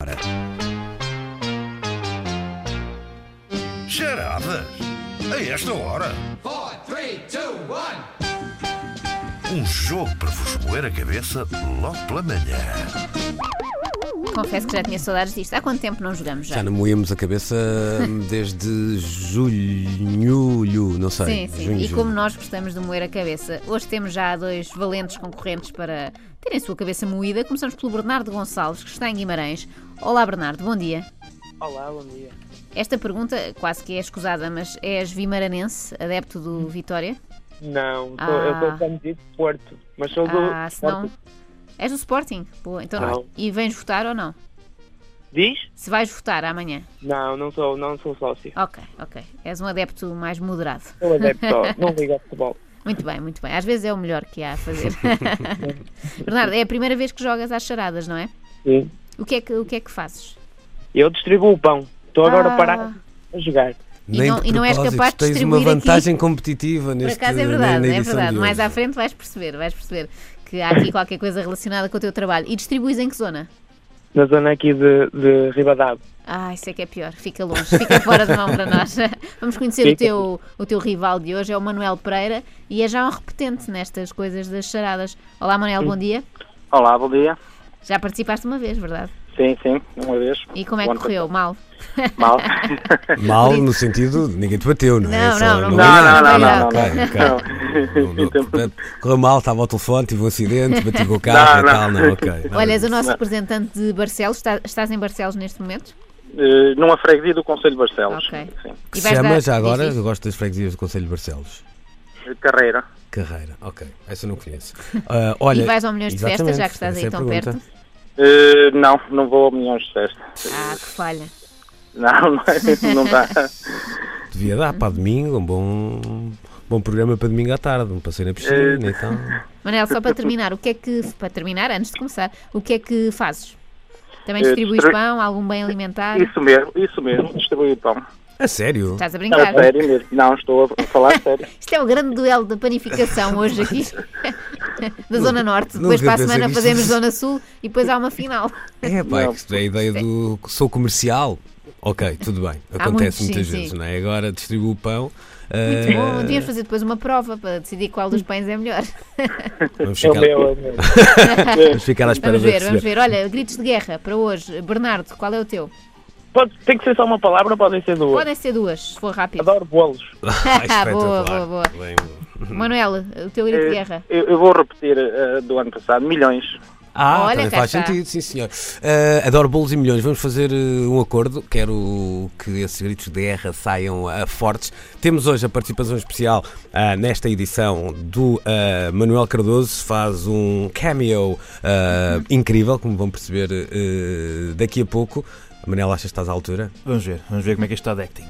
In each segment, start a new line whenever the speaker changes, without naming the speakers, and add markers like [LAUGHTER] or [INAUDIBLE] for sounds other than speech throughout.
Ora. Charadas? A esta hora?
Four, three, two, one.
Um jogo para vos moer a cabeça logo pela manhã.
Confesso que já tinha saudades disto. Há quanto tempo não jogamos já?
Já não moímos a cabeça hum, desde julho, não sei.
Sim, sim.
junho,
e
julho.
como nós gostamos de moer a cabeça, hoje temos já dois valentes concorrentes para terem a sua cabeça moída. Começamos pelo Bernardo Gonçalves, que está em Guimarães. Olá, Bernardo, bom dia.
Olá, bom dia.
Esta pergunta quase que é escusada, mas és vimaranense, adepto do Vitória?
Não, tô-
Ah.
eu estou a dizer de Porto, mas sou do.
Ah, se não.
Porto.
És do Sporting? Boa, então
Não.
E vens votar ou não?
Diz?
Se vais votar amanhã.
Não, não sou, não sou sócio.
Ok, ok. És um adepto mais moderado.
Sou adepto,
[LAUGHS]
só, não ligo ao futebol.
Muito bem, muito bem. Às vezes é o melhor que há a fazer. [LAUGHS] Bernardo, é a primeira vez que jogas às charadas, não é?
Sim.
O que é que, o que, é que fazes?
Eu distribuo o pão. Estou agora
Ah.
a parar a jogar.
E
Nem
não-
de
e não és
propósito,
capaz de
tens uma
distribuir aqui.
vantagem competitiva
Por
neste
acaso é
na-
verdade,
na
é
edição de
verdade.
hoje.
Mais à frente vais perceber, vais perceber que há aqui qualquer coisa relacionada com o teu trabalho. E distribuis em que zona?
Na zona aqui de, de Ribadavia.
Ah, isso é que é pior. Fica [LAUGHS] longe, fica fora de mão para nós. [LAUGHS] Vamos conhecer o
Fica.
teu, o teu rival de hoje, é o Manuel Pereira, e é já um repetente nestas coisas das charadas. Olá, Manuel, bom dia.
Olá, bom dia.
Já participaste uma vez, verdade?
Sim, sim, uma vez.
E como é que
Bom,
correu? Mal?
Mal.
[LAUGHS]
Mal no sentido de ninguém te bateu, não, é?
Não,
Só
não, não
não,
vai
não,
dar,
não, não,
vai
não,
dar.
Ok, ok. Não, não,
Então-
portanto, Correu mal, estava ao telefone, tive
[LAUGHS]
um acidente, bati com o carro
Não,
e tal,
não.
não, ok. Nada
Olha, és o
disso.
nosso representante de Barcelos, Está- estás em Barcelos neste momento?
Eh, numa freguesia do Conselho de Barcelos.
Ok.
Sim.
que
E
se
vais
chama
dar-
já agora,
diz, diz.
eu gosto das freguesias do Conselho de Barcelos.
Carreira.
Carreira, ok, essa eu
[LAUGHS]
não conheço. Ah, olha,
E vais ao Milhões de Festas,
exatamente,
já que estás
essa
aí
é a
tão
pergunta.
perto?
Eh, não, não vou a milhões de festas.
Ah, que falha.
Não, não [LAUGHS] dá.
Devia dar
Uhum.
para domingo, um bom, bom programa para domingo à tarde, um passeio na piscina
Eh,
e tal.
Manel, só
[LAUGHS]
para terminar, o que é que, para terminar, antes de começar, o que é que fazes? Também
Eh,
distribuis
distri-
pão, algum bem alimentar?
Isso mesmo, isso mesmo. Distribuir pão.
A sério?
Estás a
Não,
brincar?
a sério mesmo. Não, estou a falar sério.
Isto é o grande duelo da
[LAUGHS]
panificação hoje aqui, da Zona Norte.
Nunca
Depois para a
pensei
semana
nisto.
fazemos Zona Sul e depois há uma
[LAUGHS]
final.
É, pá, é
Não.
que isto é a ideia do sou comercial. Ok, tudo bem.
muitos,
Acontece muitas
Ah, sim,
vezes,
sim.
não é? Agora distribuo o pão.
Muito bom.
ah,
Devíamos Um fazer depois uma prova para decidir qual dos pães é
[LAUGHS]
melhor.
vamos,
[LAUGHS] É o
ficar,
meu, é o meu.
É.
vamos ficar à
[LAUGHS]
espera
Vamos
de
ver, vamos
receber.
ver. Olha, gritos de guerra para hoje. Bernardo, qual é o teu?
Pode, tem que ser só uma palavra ou podem ser duas?
Podem ser duas, se for rápido.
Adoro bolos.
Ah,
[LAUGHS]
espetacular.
Boa, boa, boa.
Bem,
Manuel, o teu grito de
Eh,
guerra.
Eu, eu vou repetir eh, do ano passado. Milhões.
Ah,
Olha,
também
cá
faz
está.
sentido, sim senhor. Ah, adoro bolos e milhões. Vamos fazer ah, um acordo. Quero que esses gritos de guerra saiam ah, fortes. Temos hoje a participação especial ah, nesta edição do ah, Manuel Cardoso. Faz um cameo ah, incrível, como vão perceber ah, daqui a pouco. Manuel, achas que estás à altura?
Vamos ver, vamos ver como é que isto está de acting.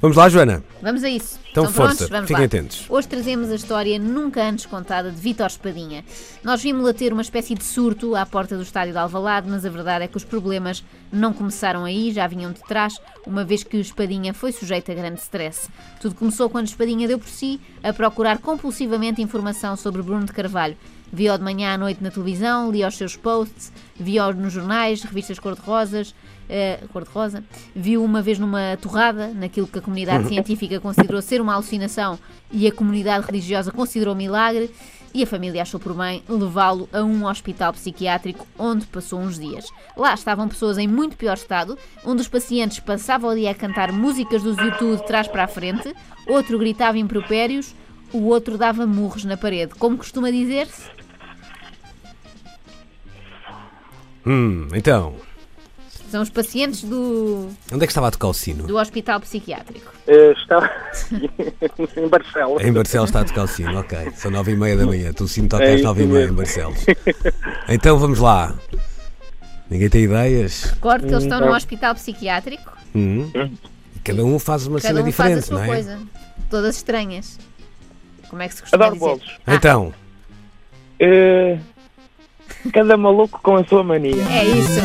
Vamos lá, Joana.
Vamos a isso.
Então,
Estão prontos?
força,
Vamos
fiquem
lá.
atentos.
Hoje trazemos a história nunca antes contada de Vítor Espadinha. Nós vimos-lo a ter uma espécie de surto à porta do estádio de Alvalade, mas a verdade é que os problemas não começaram aí, já vinham de trás, uma vez que o Espadinha foi sujeito a grande stress. Tudo começou quando Espadinha deu por si a procurar compulsivamente informação sobre Bruno de Carvalho. Viu-o de manhã à noite na televisão, lia os seus posts, viu-o nos jornais, revistas cor-de-rosas, eh, cor-de-rosa, viu uma vez numa torrada, naquilo que a comunidade científica considerou ser uma alucinação e a comunidade religiosa considerou milagre, e a família achou por bem levá-lo a um hospital psiquiátrico onde passou uns dias. Lá estavam pessoas em muito pior estado, um dos pacientes passava o dia a cantar músicas dos YouTube de trás para a frente, outro gritava impropérios, o outro dava murros na parede. Como costuma dizer-se,
Hum, então,
são os pacientes do,
onde é que estava a tocar o sino?
do hospital psiquiátrico.
Eh, estava [LAUGHS] em Barcelos.
Em Barcelos está a tocar o sino, ok. São nove e meia da manhã. Tu o sino toca
É
às
isso
nove e meia em
mesmo.
Barcelos. Então vamos lá. Ninguém tem ideias.
Recordo que eles estão num hospital psiquiátrico
Hum? Cada um faz uma
Cada
cena
um
diferente,
faz a sua
não é?
coisa. Todas estranhas. Como é que se costuma
Adoro
dizer?
bolos.
Então,
Eh, cada maluco com a sua mania.
É isso.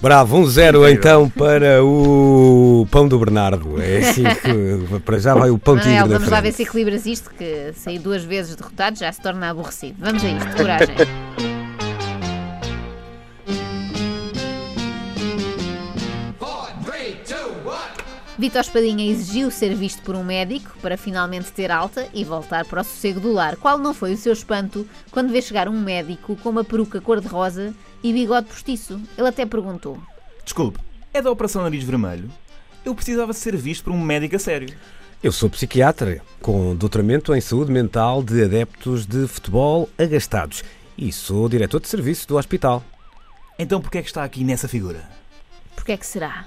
Bravo, 1-0 então para o Pão do Bernardo. É
[LAUGHS]
assim que para já vai o Pão Tigre
Manuel,
da
é? vamos lá ver
frente.
se equilibras isto, que sair duas vezes derrotado já se torna aborrecido. Vamos a isto, coragem.
Four, three, two, one.
Vitor Espadinha exigiu ser visto por um médico para finalmente ter alta e voltar para o sossego do lar. Qual não foi o seu espanto quando vê chegar um médico com uma peruca cor-de-rosa e bigode postiço? Ele até perguntou.
Desculpe, é da Operação Nariz Vermelho? Eu precisava ser visto por um médico a sério.
Eu sou psiquiatra, com doutoramento em saúde mental de adeptos de futebol agastados e sou diretor de serviço do hospital.
Então porquê é que está aqui nessa figura?
Porquê é que será?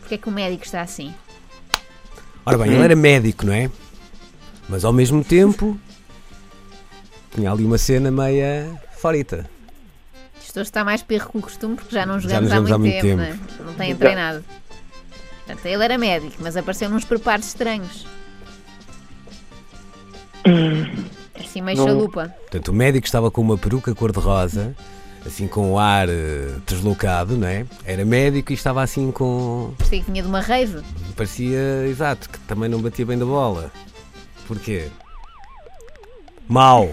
Porquê é que o médico está assim?
Ora bem, ele
Hum.
era médico, não é? Mas ao mesmo tempo tinha ali uma cena meia farita.
Isto hoje está mais perro que o costume porque já não
Já
jogamos,
não jogamos
há muito
há
tempo,
muito
Não, é? não têm treinado. Portanto, ele era médico, mas apareceu nos preparos estranhos. Assim meio chalupa.
Portanto, o médico estava com uma peruca cor-de-rosa, assim com o ar eh, deslocado, não é? Era médico e estava assim com.
Parecia que vinha de uma rave.
Parecia, exato, que também não batia bem da bola. Porquê?
[LAUGHS]
Mal!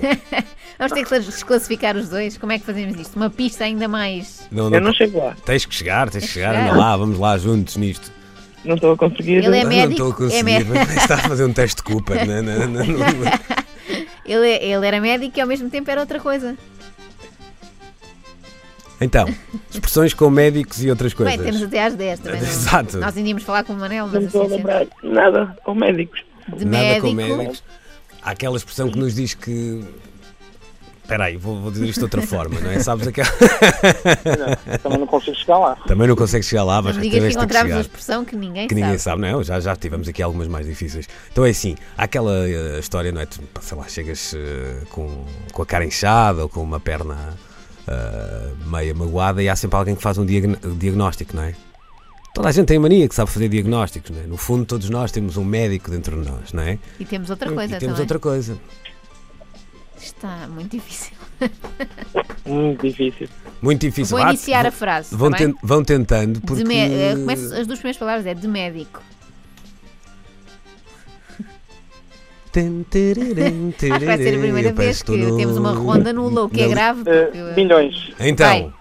Vamos ter que desclassificar os dois. Como é que fazemos isto? Uma pista ainda mais.
Não,
Eu não chego lá.
Tens que chegar, tens que chegar,
chegar.
anda lá, vamos lá juntos nisto.
Não estou a conseguir.
Ele é
Ah,
médico,
não estou a
é
conseguir,
médico.
[LAUGHS] está a fazer um teste de culpa. Não, não, não, não.
Ele, é- ele era médico e ao mesmo tempo era outra coisa.
Então, expressões com médicos e outras coisas.
Bem, temos até às 10 também. não-
é. [LAUGHS]
é?
Exato.
Nós ainda íamos falar com o Manel,
Não
mas
me estou a
assim, sempre
lembrar nada com médicos.
de
Nada
médico.
com médicos. Há aquela expressão que nos diz que. Espera aí, vou, vou dizer isto de outra forma, não é? Sabes aquela.
Também não consigo chegar lá.
Também não consegues chegar lá, mas
Não me digas que
talvez tenha que
encontramos uma
chegar.
expressão que ninguém
Que
sabe.
ninguém sabe, não? é? Já, já tivemos aqui algumas mais difíceis. Então é assim: há aquela eh, história, não é? Tu, pá, sei lá, chegas eh, com, com a cara inchada ou com uma perna eh, meia magoada e há sempre alguém que faz um diagn- diagnóstico, não é? Toda a gente tem mania que sabe fazer diagnósticos, não é? No fundo, todos nós temos um médico dentro de nós, não é?
E temos outra
E
coisa
temos
também.
outra coisa.
Está muito difícil.
Muito difícil.
Muito difícil.
Vou
Ah,
iniciar a
vão-
frase.
Vão,
tá bem?
ten- vão
De
tentando, porque.
mé- eh, começo- as duas primeiras palavras é de médico.
Tum, tiririm,
[LAUGHS] Acho que vai ser a
tiririm.
primeira vez
Eu parece
que
no-
temos uma ronda nula, o que é
Não.
grave.
Eh,
Porque...
milhões.
Então,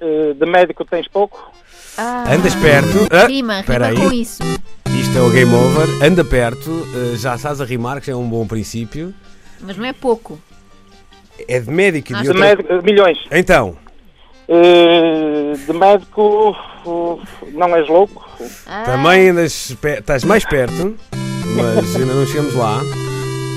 Eh, de médico tens pouco?
Ah,
andas perto. Ah,
Rima,
espera
rima
aí.
com isso.
Isto é o game over. Anda perto, eh, já estás a rimar, que já é um bom princípio.
Mas não é pouco.
É de médico e
Ah,
de
De
outra.
médico, eh, milhões.
Então,
Eh, de médico uf, não és louco?
Ah,
também andas pe- estás mais perto, mas ainda não
[LAUGHS]
chegamos lá.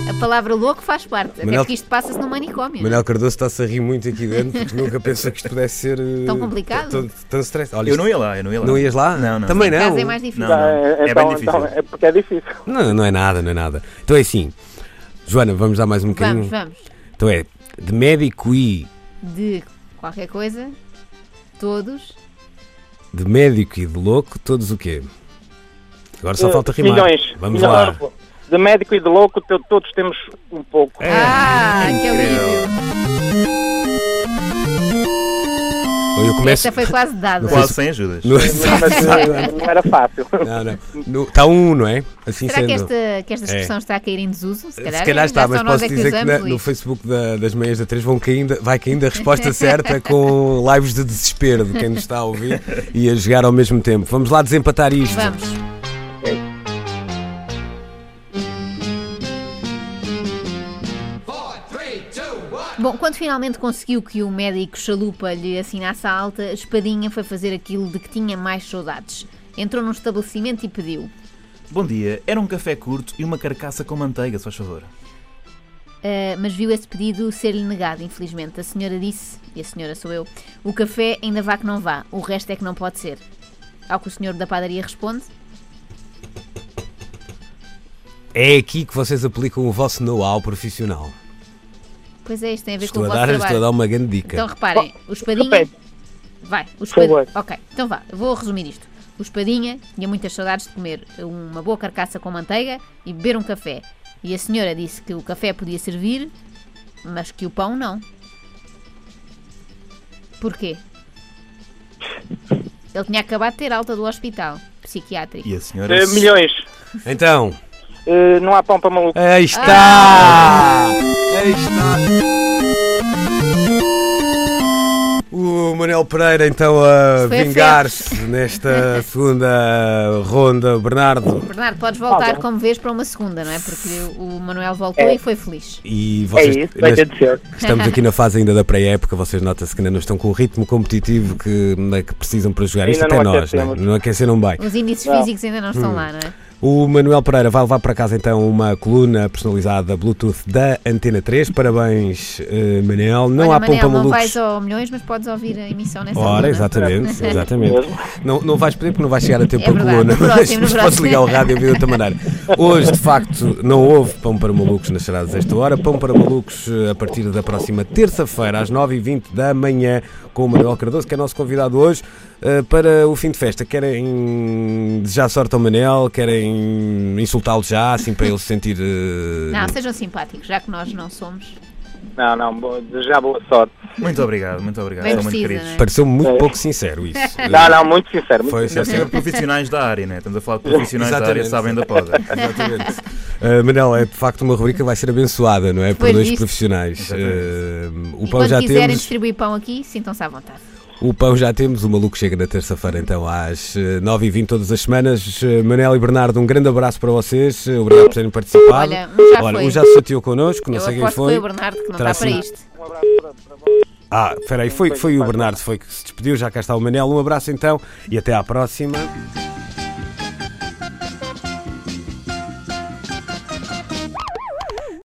A palavra louco faz parte. Até
Manel-
porque isto passa-se num manicômio.
Manuel Cardoso está-se a rir muito aqui dentro, porque nunca pensou que isto pudesse ser eh,
Tão complicado?
tão- Tão stress. Olha,
Eu
isto-
não ia lá, eu não ia lá.
não ias lá?
Não, não.
Também
No
não.
caso é mais difícil.
Não, não.
Eh,
É
então,
bem difícil.
então, é porque é difícil.
Não, não é nada, não é nada. Então é assim, Joana, vamos dar mais um bocadinho?
Vamos, vamos.
Então é de médico e
De qualquer coisa, todos,
de médico e de louco, todos o quê? Agora só
Eh,
falta rimar.
Milhões.
Vamos
Milhões.
lá. É.
De médico e de louco to- todos temos um pouco.
Ah, que alívio!
Ou eu começo.
Esta foi quase dada.
Quase sem ajudas.
[LAUGHS] No-
Mas eh, não era fácil.
Não, não. No- Está um, não é? Assim
Será que
sendo.
esta, que esta
É.
expressão está a cair em desuso? Se calhar,
Se calhar está,
já
mas
só nós
posso
é que
dizer que
usamos,
na-
Luís.
no Facebook da- das manhãs da 3 vão caindo, vai caindo
[LAUGHS]
a resposta certa com lives de desespero de quem nos está a ouvir e a jogar ao mesmo tempo. Vamos lá desempatar isto.
Vamos.
Four, three, two, one.
Bom, quando finalmente conseguiu que o médico chalupa lhe assinasse a alta, Espadinha foi fazer aquilo de que tinha mais saudades. Entrou num estabelecimento e pediu.
Bom dia, era um café curto e uma carcaça com manteiga, se faz favor.
Uh, mas viu esse pedido ser-lhe negado, infelizmente. A senhora disse, e a senhora sou eu, o café ainda vá que não vá, o resto é que não pode ser. Ao que o senhor da padaria responde,
É aqui que vocês aplicam o vosso know-how profissional.
pois é, isto tem a ver
Estou
com
a,
o vosso
dar, estou
trabalho.
a dar uma grande dica.
Então reparem, o
eh,
espadinha...
Repete.
Vai, o espadinha...
favor.
Ok, então vá, eu vou resumir isto. O espadinha tinha muitas saudades de comer uma boa carcaça com manteiga e beber um café. E a senhora disse que o café podia servir, mas que o pão não. Porquê? Ele tinha acabado de ter alta do hospital psiquiátrico.
E a senhora.
Eh, milhões.
Então, eh,
Eh, não há pão para maluco.
aí está!
Ah,
Aí está! O Manuel Pereira então a
Isto foi a
vingar-se
[LAUGHS]
nesta segunda ronda. Bernardo,
Bernardo, podes voltar, como vês, para uma segunda, não é? Porque o Manuel voltou
É.
e foi feliz.
e
É
vocês.
isso, vai ter de ser.
Estamos aqui na fase ainda da pré-época, vocês notam-se que ainda não estão com o ritmo competitivo que, né, que precisam para jogar isto
Ainda
até
não
nós, né?
aquecemos.
não aqueceram bem.
Os índices
Não.
físicos ainda não estão lá, não é?
O Manuel Pereira vai levar para casa então uma coluna personalizada Bluetooth da Antena 3. Parabéns, eh, Manuel. Não
Olha,
há pompa
Manel, não vais
malucos.
ao milhões, mas podes ouvir a emissão nessa
Ora,
altura. [LAUGHS]
exatamente, exatamente.
Mesmo.
Não, não vais poder porque não vais chegar a tempo
É
para a
verdade,
coluna,
no
[LAUGHS] mas,
próximo, no
mas podes
próximo.
ligar o rádio e ouvir de outra maneira. Hoje, de facto, não houve pão para malucos nas charadas desta hora. Pão para malucos eh, a partir da próxima terça-feira, às 9h20 da manhã, com o Manuel Cardoso, que é nosso convidado hoje eh, para o fim de festa. Querem desejar sorte ao Manel? Querem insultá-lo já, assim para ele se sentir. eh,
Não, sejam simpáticos, já que nós não somos.
Não, não, bo- desejar boa sorte.
Muito obrigado, muito obrigado.
Bem
São muito
precisa,
queridos.
não é?
Pareceu-me muito pouco sincero isso.
Não, não, muito sincero. Muito
É. Foi
sincero.
sincero.
Ainda por cima, é profissionais da área, né? Estamos a falar de profissionais da área
Exatamente.
que sabem da poda.
Exatamente. Uh, Manel, é de facto uma rubrica que vai ser abençoada, não é? Por
Pois
dois
disto.
profissionais.
Exatamente.
Uh, o,
e
pão
quando
já
quiserem
temos,
distribuir pão aqui, sintam-se à vontade.
o pão já temos, o maluco chega na terça-feira, então às eh, 9h20 todas as semanas. Eh, Manel e Bernardo, um grande abraço para vocês, eh, obrigado por terem participado.
Olha, um já
Olha,
foi.
um já se chateou connosco, não
Eu
sei
aposto
quem
que foi
foi.
o Bernardo que não
Terá
está para
sido-
isto.
Um abraço para, para vocês.
Ah, espera aí, foi, foi o Bernardo foi que se despediu, já cá está o Manel. Um abraço então e até à próxima.